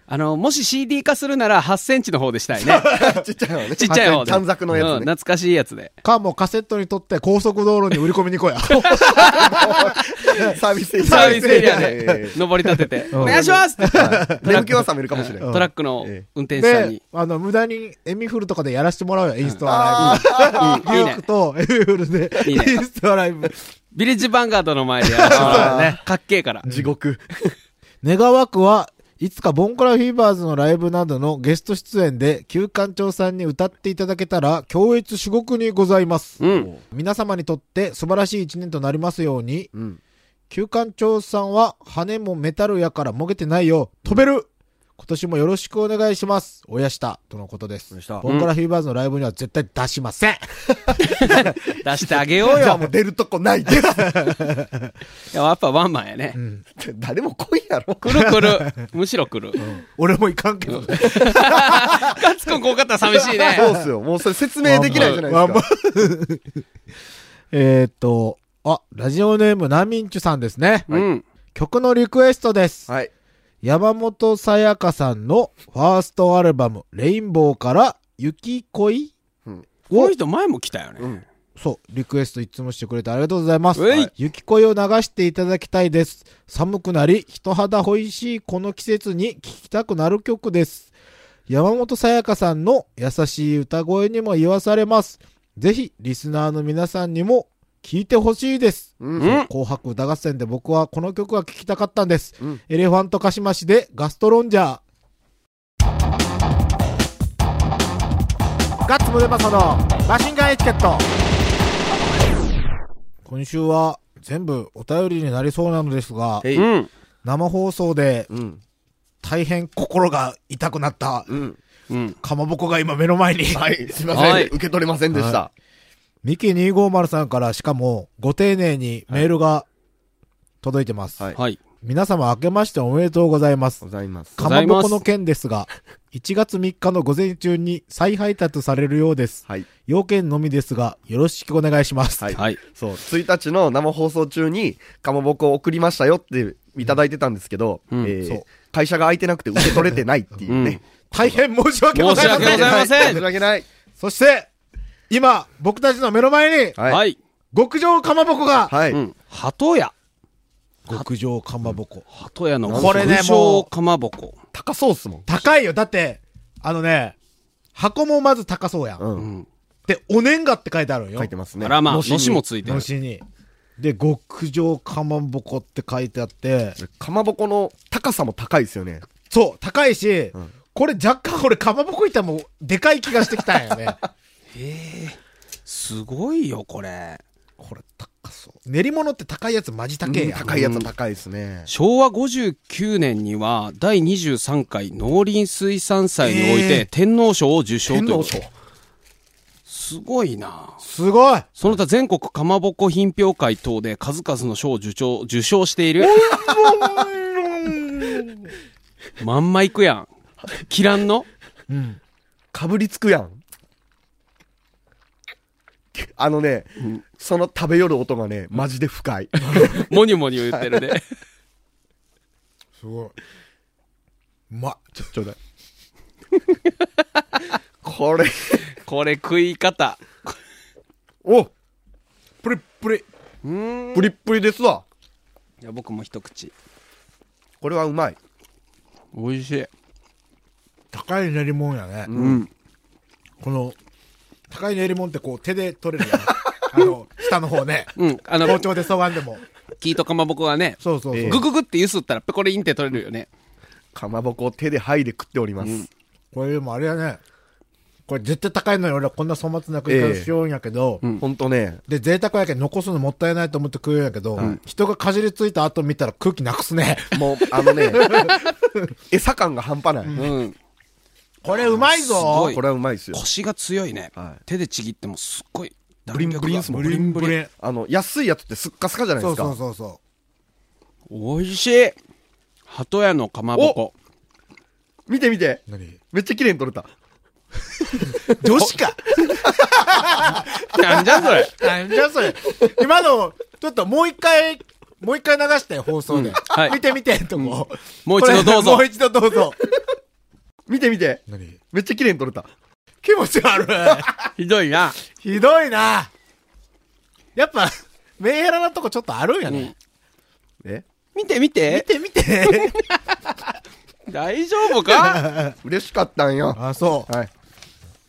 [SPEAKER 4] あの、もし CD 化するなら8センチの方でしたいね。
[SPEAKER 3] えちっちゃいのね。
[SPEAKER 4] ちっちゃい方で。
[SPEAKER 3] 短冊のや
[SPEAKER 4] うん
[SPEAKER 3] つね。
[SPEAKER 4] 懐かしいやつで。
[SPEAKER 2] かもカセットにとって高速道路に売り込みに来い
[SPEAKER 4] [LAUGHS]
[SPEAKER 2] や。
[SPEAKER 3] [LAUGHS] サービスエリア。
[SPEAKER 4] サービスエ
[SPEAKER 3] [LAUGHS]
[SPEAKER 4] リ
[SPEAKER 3] え
[SPEAKER 4] アで
[SPEAKER 3] え、
[SPEAKER 4] 登り立てて、
[SPEAKER 2] ん
[SPEAKER 4] お願いしますって
[SPEAKER 3] 眠気は覚めるかもしれん。
[SPEAKER 4] トラックの運転手さん
[SPEAKER 2] で
[SPEAKER 4] に。、
[SPEAKER 2] あの、無駄にエミフルとかでやらしてもらうよ、インストア
[SPEAKER 3] あ
[SPEAKER 4] う
[SPEAKER 2] ライブ。
[SPEAKER 4] んい
[SPEAKER 2] リュ
[SPEAKER 4] い
[SPEAKER 2] ー [LAUGHS]
[SPEAKER 4] ね
[SPEAKER 2] ク。とエミフルで、
[SPEAKER 4] いいね
[SPEAKER 2] インストアライブ。
[SPEAKER 4] ビレッジヴァンガードの前でやらせてもらうね。かっけえから
[SPEAKER 3] ー。地獄。
[SPEAKER 2] 願わくは、いつかボンクラフィーバーズのライブなどのゲスト出演で、旧館長さんに歌っていただけたら、強烈至極にございます。
[SPEAKER 4] うん。
[SPEAKER 2] 皆様にとって素晴らしい一年となりますように、
[SPEAKER 3] うん。
[SPEAKER 2] 旧館長さんは羽もメタルやからもげてないよ。飛べる今年もよろしくお願いします。おやした。とのことです。
[SPEAKER 3] した
[SPEAKER 2] ボンクラフィーバーズのライブには絶対出しません。
[SPEAKER 4] 出してあげよう
[SPEAKER 3] じゃあ
[SPEAKER 4] よ。
[SPEAKER 3] もう出るとこないです。
[SPEAKER 4] いややっぱワンマンやね。
[SPEAKER 3] [LAUGHS] 誰も来いやろ。
[SPEAKER 4] 来る来る。むしろ来る。
[SPEAKER 2] 俺もいかんけど [LAUGHS] ね。
[SPEAKER 4] ガッツくん来んかったら寂しいね。
[SPEAKER 3] そうっすよ。もうそれ説明できないじゃない
[SPEAKER 2] まあま
[SPEAKER 3] で
[SPEAKER 2] あ
[SPEAKER 3] すか。
[SPEAKER 2] [LAUGHS] えーっと、あ、ラジオネームナミンチュさんですね。
[SPEAKER 4] うん。
[SPEAKER 2] 曲のリクエストです。
[SPEAKER 3] はい。
[SPEAKER 2] 山本さやかさんのファーストアルバム、レインボーから、雪恋
[SPEAKER 4] この人前も来たよね。
[SPEAKER 2] そう、リクエストいつもしてくれてありがとうございます。
[SPEAKER 4] うえい
[SPEAKER 2] はい雪恋を流していただきたいです。寒くなり、人肌恋しいこの季節に聴きたくなる曲です。山本さやかさんの優しい歌声にも言わされます。ぜひ、リスナーの皆さんにも聴いてほしいです。
[SPEAKER 3] うん
[SPEAKER 4] うん
[SPEAKER 2] 紅白歌合戦で僕はこの曲が聴きたかったんです。
[SPEAKER 3] うん
[SPEAKER 2] エレファントカシマシでガストロンジャー。ガッツムデパソのマシンガンエチケット。今週は全部お便りになりそうなのですが、
[SPEAKER 3] えい
[SPEAKER 4] うん。
[SPEAKER 2] 生放送で
[SPEAKER 3] うん。
[SPEAKER 2] 大変心が痛くなった
[SPEAKER 3] うん。
[SPEAKER 4] うん。
[SPEAKER 2] かまぼこが今目の前に。
[SPEAKER 3] はい。すいま
[SPEAKER 4] は
[SPEAKER 3] せ
[SPEAKER 4] い
[SPEAKER 3] ん。受け取れませんでした。
[SPEAKER 2] ミキ250さんからしかもご丁寧にメールが届いてます。
[SPEAKER 3] はい
[SPEAKER 4] はい。
[SPEAKER 2] 皆様明けましておめでとうございます
[SPEAKER 3] ご。ざいます。
[SPEAKER 2] か
[SPEAKER 4] ござ
[SPEAKER 2] ま
[SPEAKER 4] い
[SPEAKER 2] ぼ
[SPEAKER 4] ま
[SPEAKER 2] こ
[SPEAKER 4] す
[SPEAKER 2] の件ですが、1月3日の午前中に再配達されるようです。
[SPEAKER 3] はい。
[SPEAKER 2] 要件のみですが、よろしくお願いします。
[SPEAKER 3] はい。
[SPEAKER 4] はい
[SPEAKER 3] そう、1日の生放送中に、かまぼこを送りましたよっていただいてたんですけど、
[SPEAKER 4] うん
[SPEAKER 3] えー
[SPEAKER 2] そう
[SPEAKER 3] 会社が空いてなくて受け取れてないっていうね。
[SPEAKER 2] 大変申し訳ございま
[SPEAKER 4] 申し訳ござい
[SPEAKER 2] せん。
[SPEAKER 4] ません
[SPEAKER 3] 申し訳ない。
[SPEAKER 2] そして、今、僕たちの目の前に、
[SPEAKER 3] は。
[SPEAKER 4] はいい、
[SPEAKER 3] はい。
[SPEAKER 2] 極上かまぼこが、
[SPEAKER 4] うん鳩屋
[SPEAKER 2] 極上かまぼこ。
[SPEAKER 4] 鳩屋の
[SPEAKER 2] これね
[SPEAKER 4] 無
[SPEAKER 2] もう
[SPEAKER 4] 償かまぼこ、
[SPEAKER 3] 高そうっすもん。
[SPEAKER 2] 高いよ。だって、あのね、箱もまず高そうやん。
[SPEAKER 3] う。
[SPEAKER 4] うんん、
[SPEAKER 2] で、お年賀って書いてあるんよ。
[SPEAKER 3] 書いてますね。
[SPEAKER 4] あらまあの
[SPEAKER 3] の
[SPEAKER 4] し
[SPEAKER 3] しに
[SPEAKER 4] もついてる
[SPEAKER 2] のしに。で、極上かまぼこって書いてあって、
[SPEAKER 3] かまぼこの高さも高いですよね。
[SPEAKER 2] そう、高いし、
[SPEAKER 3] ん
[SPEAKER 2] これ若干俺かまぼこ板もでかい気がしてきたんよね。 [LAUGHS]
[SPEAKER 4] すごいよこれ
[SPEAKER 3] これ高そう。
[SPEAKER 2] 練り物って高いやつマジ高えやん。
[SPEAKER 3] 高いやつは高いですね。
[SPEAKER 4] 昭和59年には第23回農林水産祭におい
[SPEAKER 2] え
[SPEAKER 4] て
[SPEAKER 2] え
[SPEAKER 4] 天皇賞を受賞という
[SPEAKER 3] 天皇賞
[SPEAKER 4] すごいな
[SPEAKER 2] すごい
[SPEAKER 4] その他全国かまぼこ品評会等で数々の賞を受賞受賞しているまんまいくやんキランの
[SPEAKER 3] かぶりつくやん。あのね、その食べよる音がね、マジで深い。
[SPEAKER 4] モニュモニュ言ってるね
[SPEAKER 2] すごい。うまっ。
[SPEAKER 3] ちょうだい。これ、
[SPEAKER 4] これ食い方
[SPEAKER 3] お
[SPEAKER 2] プリップリ。
[SPEAKER 3] プリップリですわ。
[SPEAKER 4] いや僕も一口
[SPEAKER 3] これはうまい。
[SPEAKER 4] 美味しい
[SPEAKER 2] 高い練り物やね。
[SPEAKER 4] うん
[SPEAKER 2] この、高い練り物ってこう手で取れるやん。あの、下の方ね。
[SPEAKER 4] うんあの
[SPEAKER 2] 包丁で触んでも。
[SPEAKER 4] キートかまぼこがね
[SPEAKER 2] そうそうそう。
[SPEAKER 3] ええ
[SPEAKER 4] グググってゆすったらペコリンって取れるよね
[SPEAKER 3] かまぼこを手で剥いで食っております。
[SPEAKER 2] これでもあれやね。これ絶対高いのに俺はこんな粗末な食い方しようんやけど、
[SPEAKER 4] え
[SPEAKER 3] ほんとね、
[SPEAKER 2] で、贅沢やけど残すのもったいないと思って食うんやけど、人がかじりついた後見たら空気なくすね。
[SPEAKER 3] もう、あのね、 [LAUGHS] 餌感が半端ない。
[SPEAKER 4] うん
[SPEAKER 2] これうまい
[SPEAKER 4] すご
[SPEAKER 2] ぞ
[SPEAKER 4] い
[SPEAKER 3] これはうまいですよ。
[SPEAKER 4] 腰が強いね、
[SPEAKER 3] はい
[SPEAKER 4] 手でちぎってもすっごい
[SPEAKER 3] ブリンブリンっすもん
[SPEAKER 4] 弾力がブリン
[SPEAKER 2] ン。
[SPEAKER 3] あの、安いやつってすっかすかじゃないで
[SPEAKER 2] そ
[SPEAKER 3] す
[SPEAKER 2] う
[SPEAKER 3] か。
[SPEAKER 2] そうそうそ
[SPEAKER 4] ブリン美味しい鳩屋のかまぼこ
[SPEAKER 3] 見て見て。
[SPEAKER 2] う。何
[SPEAKER 3] めっちゃ綺麗に撮れた。
[SPEAKER 2] [LAUGHS] 女子か
[SPEAKER 4] なんじゃそれ
[SPEAKER 2] なんじゃそれ。今の、ちょっともう一回、もう一回流して、放送で。
[SPEAKER 4] はい
[SPEAKER 2] 見て見て、とこ。
[SPEAKER 4] もう一度どうぞ
[SPEAKER 2] これもう一度どうぞ。
[SPEAKER 3] 見て見て。
[SPEAKER 2] 何
[SPEAKER 3] めっちゃ綺麗に撮れた。
[SPEAKER 2] 気持ち悪い。
[SPEAKER 4] ひどいな
[SPEAKER 2] ひどいな。やっぱ、メンヘラなとこちょっとあるんやね。
[SPEAKER 3] え
[SPEAKER 4] 見て見て
[SPEAKER 2] 見て見て。
[SPEAKER 4] 大丈夫か [LAUGHS]
[SPEAKER 3] 嬉しかったんよ。
[SPEAKER 2] あ、そう。
[SPEAKER 3] はい。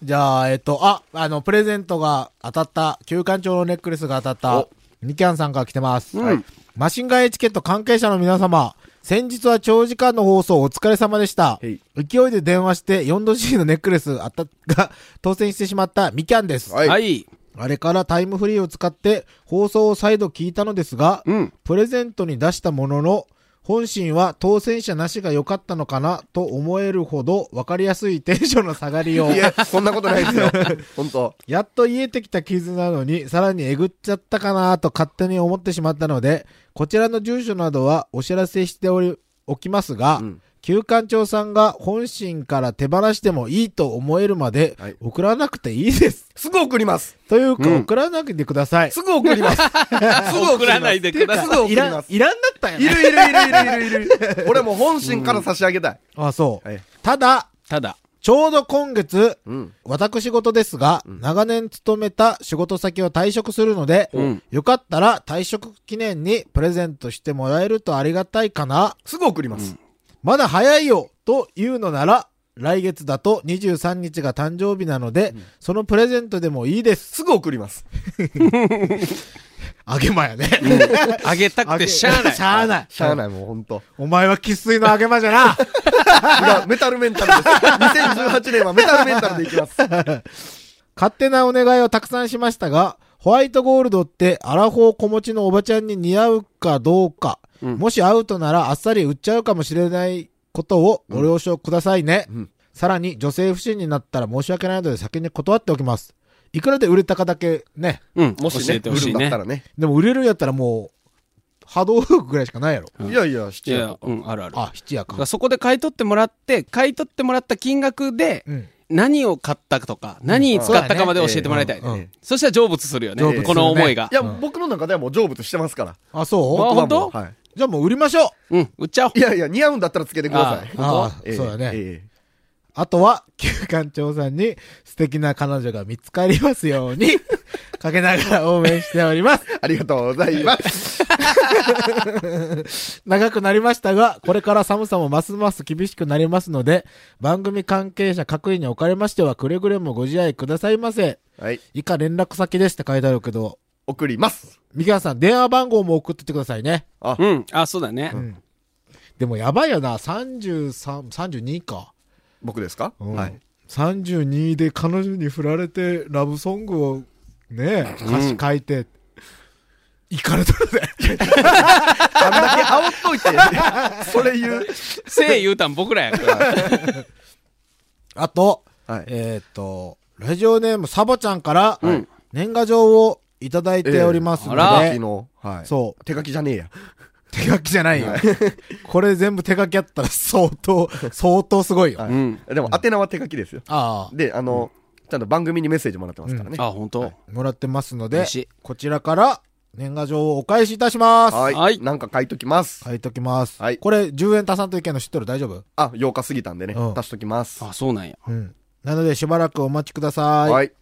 [SPEAKER 2] じゃあ、えっと、あ、あの、プレゼントが当たった、旧館長のネックレスが当たった
[SPEAKER 3] お、
[SPEAKER 2] ニキャンさんから来てます。
[SPEAKER 4] うん
[SPEAKER 2] はいマシンガンエチケット関係者の皆様、先日は長時間の放送お疲れ様でした。
[SPEAKER 3] へい
[SPEAKER 2] 勢いで電話して 4°C のネックレスあた、 [LAUGHS] が当選してしまったミキャンです。
[SPEAKER 3] はい。
[SPEAKER 4] はい
[SPEAKER 2] あれからタイムフリーを使って放送を再度聞いたのですが、
[SPEAKER 4] うん [LAUGHS]
[SPEAKER 2] プレゼントに出したものの、本心は当選者なしが良かったのかなと思えるほど分かりやすいテンションの下がりを。
[SPEAKER 3] いや、そんなことないで
[SPEAKER 2] [LAUGHS]
[SPEAKER 3] すよ。ほんと。
[SPEAKER 2] やっと癒えてきた傷なのに、さらにえぐっちゃったかなと勝手に思ってしまったので、こちらの住所などはお知らせしており、おきますが、
[SPEAKER 3] うん
[SPEAKER 2] 旧館長さんが本心から手放してもいいと思えるまで
[SPEAKER 3] はい、
[SPEAKER 2] 送らなくていいです。 [LAUGHS]
[SPEAKER 3] すぐ送ります。
[SPEAKER 2] というか、
[SPEAKER 4] うん
[SPEAKER 2] 送らなくてください。
[SPEAKER 3] すぐ送ります。すぐ
[SPEAKER 4] 送らないでく
[SPEAKER 3] す
[SPEAKER 4] ださ
[SPEAKER 3] ぐ
[SPEAKER 4] い
[SPEAKER 3] 送ります。
[SPEAKER 2] いらんだったんや
[SPEAKER 3] いるいるいるいるいるいる。俺もう本心から差し上げたい。
[SPEAKER 2] あ、そう。
[SPEAKER 3] はい
[SPEAKER 2] ただ、
[SPEAKER 4] ただ
[SPEAKER 2] ちょうど今月、
[SPEAKER 3] うん。
[SPEAKER 2] 私事ですが、長年勤めた仕事先を退職するので、
[SPEAKER 4] うん
[SPEAKER 2] よかったら退職記念にプレゼントしてもらえるとありがたいかな。
[SPEAKER 3] すぐ送ります。
[SPEAKER 2] まだ早いよというのなら、来月だと23日が誕生日なので、そのプレゼントでもいいです。
[SPEAKER 3] すぐ送ります。
[SPEAKER 2] [LAUGHS] あげまやね。
[SPEAKER 4] あげたくてしゃあない
[SPEAKER 2] しゃあない。
[SPEAKER 3] しゃあない、もうほん [LAUGHS] と。
[SPEAKER 2] お前は生粋のあげまじゃな。
[SPEAKER 3] 違うメタルメンタルです。2018年はメタルメンタルでいきます。
[SPEAKER 2] 勝手なお願いをたくさんしましたが、ホワイトゴールドってアラフォー子持ちのおばちゃんに似合うかどうか、
[SPEAKER 4] うん
[SPEAKER 2] もしアウトならあっさり売っちゃうかもしれないことをご了承くださいね。
[SPEAKER 3] うん
[SPEAKER 2] さらに女性不信になったら申し訳ないので先に断っておきます。いくらで売れたかだけね。
[SPEAKER 4] うん
[SPEAKER 3] もし
[SPEAKER 4] 教
[SPEAKER 3] ね、
[SPEAKER 4] えて
[SPEAKER 3] 売
[SPEAKER 4] ほ
[SPEAKER 3] る
[SPEAKER 4] し
[SPEAKER 3] ん
[SPEAKER 4] い
[SPEAKER 3] だっ
[SPEAKER 4] ね
[SPEAKER 3] たらね。
[SPEAKER 2] でも売れるんやったらもう、波動服ぐらいしかないやろ。
[SPEAKER 4] うん
[SPEAKER 3] いやいや、
[SPEAKER 4] い
[SPEAKER 3] 七
[SPEAKER 4] やい
[SPEAKER 3] 夜
[SPEAKER 4] や、うん、あるある。
[SPEAKER 2] あ、七夜
[SPEAKER 4] だから
[SPEAKER 2] か。
[SPEAKER 4] そこで買い取ってもらって、買い取ってもらった金額で、
[SPEAKER 2] うん。
[SPEAKER 4] 何を買ったかとか、何に使ったかまで教えてもらいたい
[SPEAKER 2] うんうん
[SPEAKER 4] ね。そしたら成仏するよ
[SPEAKER 2] 成仏す
[SPEAKER 4] ね。
[SPEAKER 2] るね
[SPEAKER 4] この思いが
[SPEAKER 3] い。や、
[SPEAKER 2] うん
[SPEAKER 3] 僕の中ではもう成仏してますから。
[SPEAKER 2] あ、そう
[SPEAKER 4] あ
[SPEAKER 3] 僕はもう
[SPEAKER 4] 本当
[SPEAKER 3] はい。
[SPEAKER 2] じゃあもう売りましょう
[SPEAKER 4] うん、売っちゃおう
[SPEAKER 3] い。やいや、似合うんだったらつけてください。
[SPEAKER 2] あ
[SPEAKER 3] ええ
[SPEAKER 2] そうだね。
[SPEAKER 3] え
[SPEAKER 2] あとは、旧館長さんに素敵な彼女が見つかりますように、かけながら応援しております。
[SPEAKER 3] えありがとうございます。
[SPEAKER 2] 長くなりましたが、これから寒さもますます厳しくなりますので、番組関係者各位におかれましては、くれぐれもご自愛くださいませ。
[SPEAKER 3] はい。
[SPEAKER 2] 以下連絡先ですって書いてあるけど、
[SPEAKER 3] 送ります。
[SPEAKER 2] 三河さん、電話番号も送ってってくださいね。
[SPEAKER 3] あ、
[SPEAKER 4] うん、あ、そうだね。
[SPEAKER 2] でもやばいよな、33、32か。
[SPEAKER 3] 僕ですか
[SPEAKER 2] うん
[SPEAKER 3] はい。
[SPEAKER 2] 32で彼女に振られて、ラブソングをね、歌詞書いて、いかれとるぜ。
[SPEAKER 3] あんだけ煽っといて、それ言う。
[SPEAKER 4] せい言うたん僕らやから。
[SPEAKER 2] [LAUGHS] あと、
[SPEAKER 3] はい。
[SPEAKER 2] えっ、と、ラジオネームサボちゃんから、
[SPEAKER 4] うん
[SPEAKER 2] 年賀状をいただいておりますの
[SPEAKER 4] ええあら
[SPEAKER 2] で、
[SPEAKER 3] 手書きの、はい。。
[SPEAKER 2] そう
[SPEAKER 3] 手書きじゃねえや。
[SPEAKER 2] う、手書きじゃないよ。 [LAUGHS] これ全部手書きやったら相 [LAUGHS] 当、相当すごいよ。
[SPEAKER 3] は
[SPEAKER 4] うん
[SPEAKER 3] い。でも、宛名は手書きですよ。
[SPEAKER 2] あ
[SPEAKER 3] で、あの、ちゃんと番組にメッセージもらってますからね。
[SPEAKER 4] あ、本当。
[SPEAKER 2] あ、もらってますので
[SPEAKER 4] 嬉しい、
[SPEAKER 2] こちらから年賀状をお返しいたします。
[SPEAKER 3] は。
[SPEAKER 4] はいい
[SPEAKER 3] なんか書いときます。
[SPEAKER 2] 書いときます。
[SPEAKER 3] はい
[SPEAKER 2] これ10円足さんといけんの知っとる大丈夫
[SPEAKER 3] あ、8日過ぎたんでね
[SPEAKER 2] うん。
[SPEAKER 3] 足しときます。
[SPEAKER 4] あ、そうなんや。
[SPEAKER 2] うん。なのでしばらくお待ちください。
[SPEAKER 3] はい。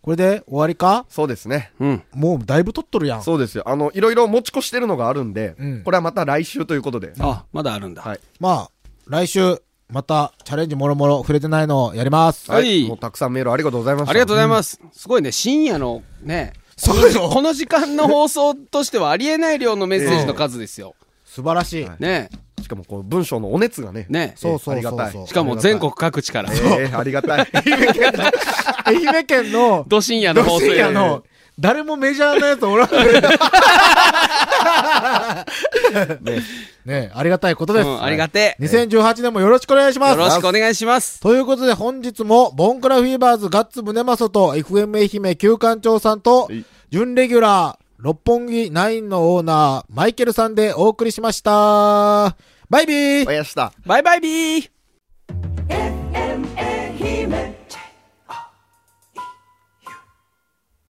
[SPEAKER 2] これで終わりか
[SPEAKER 3] そうですね。
[SPEAKER 4] うん。
[SPEAKER 2] もうだいぶ取っとるやん。
[SPEAKER 3] そうですよ。あの、いろいろ持ち越してるのがあるんで
[SPEAKER 2] うん、
[SPEAKER 3] これはまた来週ということで。
[SPEAKER 4] あ、まだあるんだ。
[SPEAKER 3] はい
[SPEAKER 2] まあ、来週、またチャレンジもろもろ触れてないのをやります。
[SPEAKER 4] はい
[SPEAKER 3] もうたくさんメールありがとうございました。
[SPEAKER 4] ありがとうございます。すごいね、深夜のね、
[SPEAKER 2] そうよ
[SPEAKER 4] この時間の放送としてはありえない量のメッセージの数ですよ。
[SPEAKER 2] 素晴らしい。
[SPEAKER 3] はい
[SPEAKER 4] ね
[SPEAKER 3] しかも、こう、文章のお熱がね。
[SPEAKER 4] ね
[SPEAKER 2] そうそう
[SPEAKER 3] ええ
[SPEAKER 2] そ
[SPEAKER 3] あ
[SPEAKER 2] うそ
[SPEAKER 3] りが
[SPEAKER 2] う
[SPEAKER 3] たい
[SPEAKER 4] しかも全国。各地から、
[SPEAKER 3] ええありが
[SPEAKER 4] [LAUGHS]
[SPEAKER 3] たい。
[SPEAKER 2] 愛媛県の、
[SPEAKER 4] ど深夜の
[SPEAKER 2] ロ
[SPEAKER 4] 放送
[SPEAKER 2] シア
[SPEAKER 4] より
[SPEAKER 2] の、誰もメジャーなやつおらんね
[SPEAKER 3] [LAUGHS]
[SPEAKER 2] ねありがたいことです。
[SPEAKER 4] うんありがてえ
[SPEAKER 2] 2018年もよろしくお願いします。
[SPEAKER 4] よろしくお願いします。
[SPEAKER 2] ということで本日も、ボンクラフィーバーズガッツムネマソと FM 愛媛旧館長さんと
[SPEAKER 3] はい、
[SPEAKER 2] 準レギュラー、六本木ナインのオーナー、マイケルさんでお送りしました。バイビー
[SPEAKER 3] おやした。
[SPEAKER 4] バイバイビー
[SPEAKER 1] え